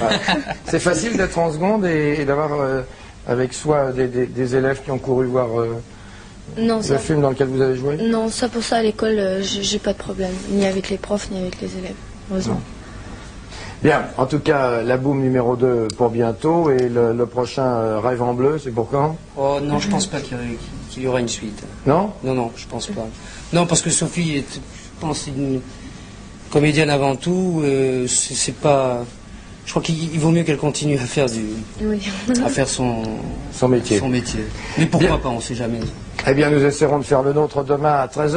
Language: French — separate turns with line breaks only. Ah. C'est facile d'être en seconde et, et d'avoir euh, avec soi des, des- des élèves qui ont couru voir euh,
Non,
le
ça,
film dans lequel vous avez joué
non, ça pour ça à l'école, euh, j'ai j'ai pas de problème, ni avec les profs, ni avec les élèves, heureusement.
Bien, en tout cas, euh, la boum numéro 2 pour bientôt et le, le prochain euh, Rêve en bleu, c'est pour quand
Oh non, je pense pas qu'il y aurait- qu'il y aura une suite.
Non
Non, non, je pense pas. Non, parce que Sophie est, je pense, une comédienne avant tout. euh, c'est c'est pas. Je crois qu'il il vaut mieux qu'elle continue à faire du,
Oui.
Ah,
à faire son,
Son métier.
son métier. Mais pourquoi
Bien.
pas On sait jamais.
Eh bien, nous essaierons de faire le nôtre demain à 13h.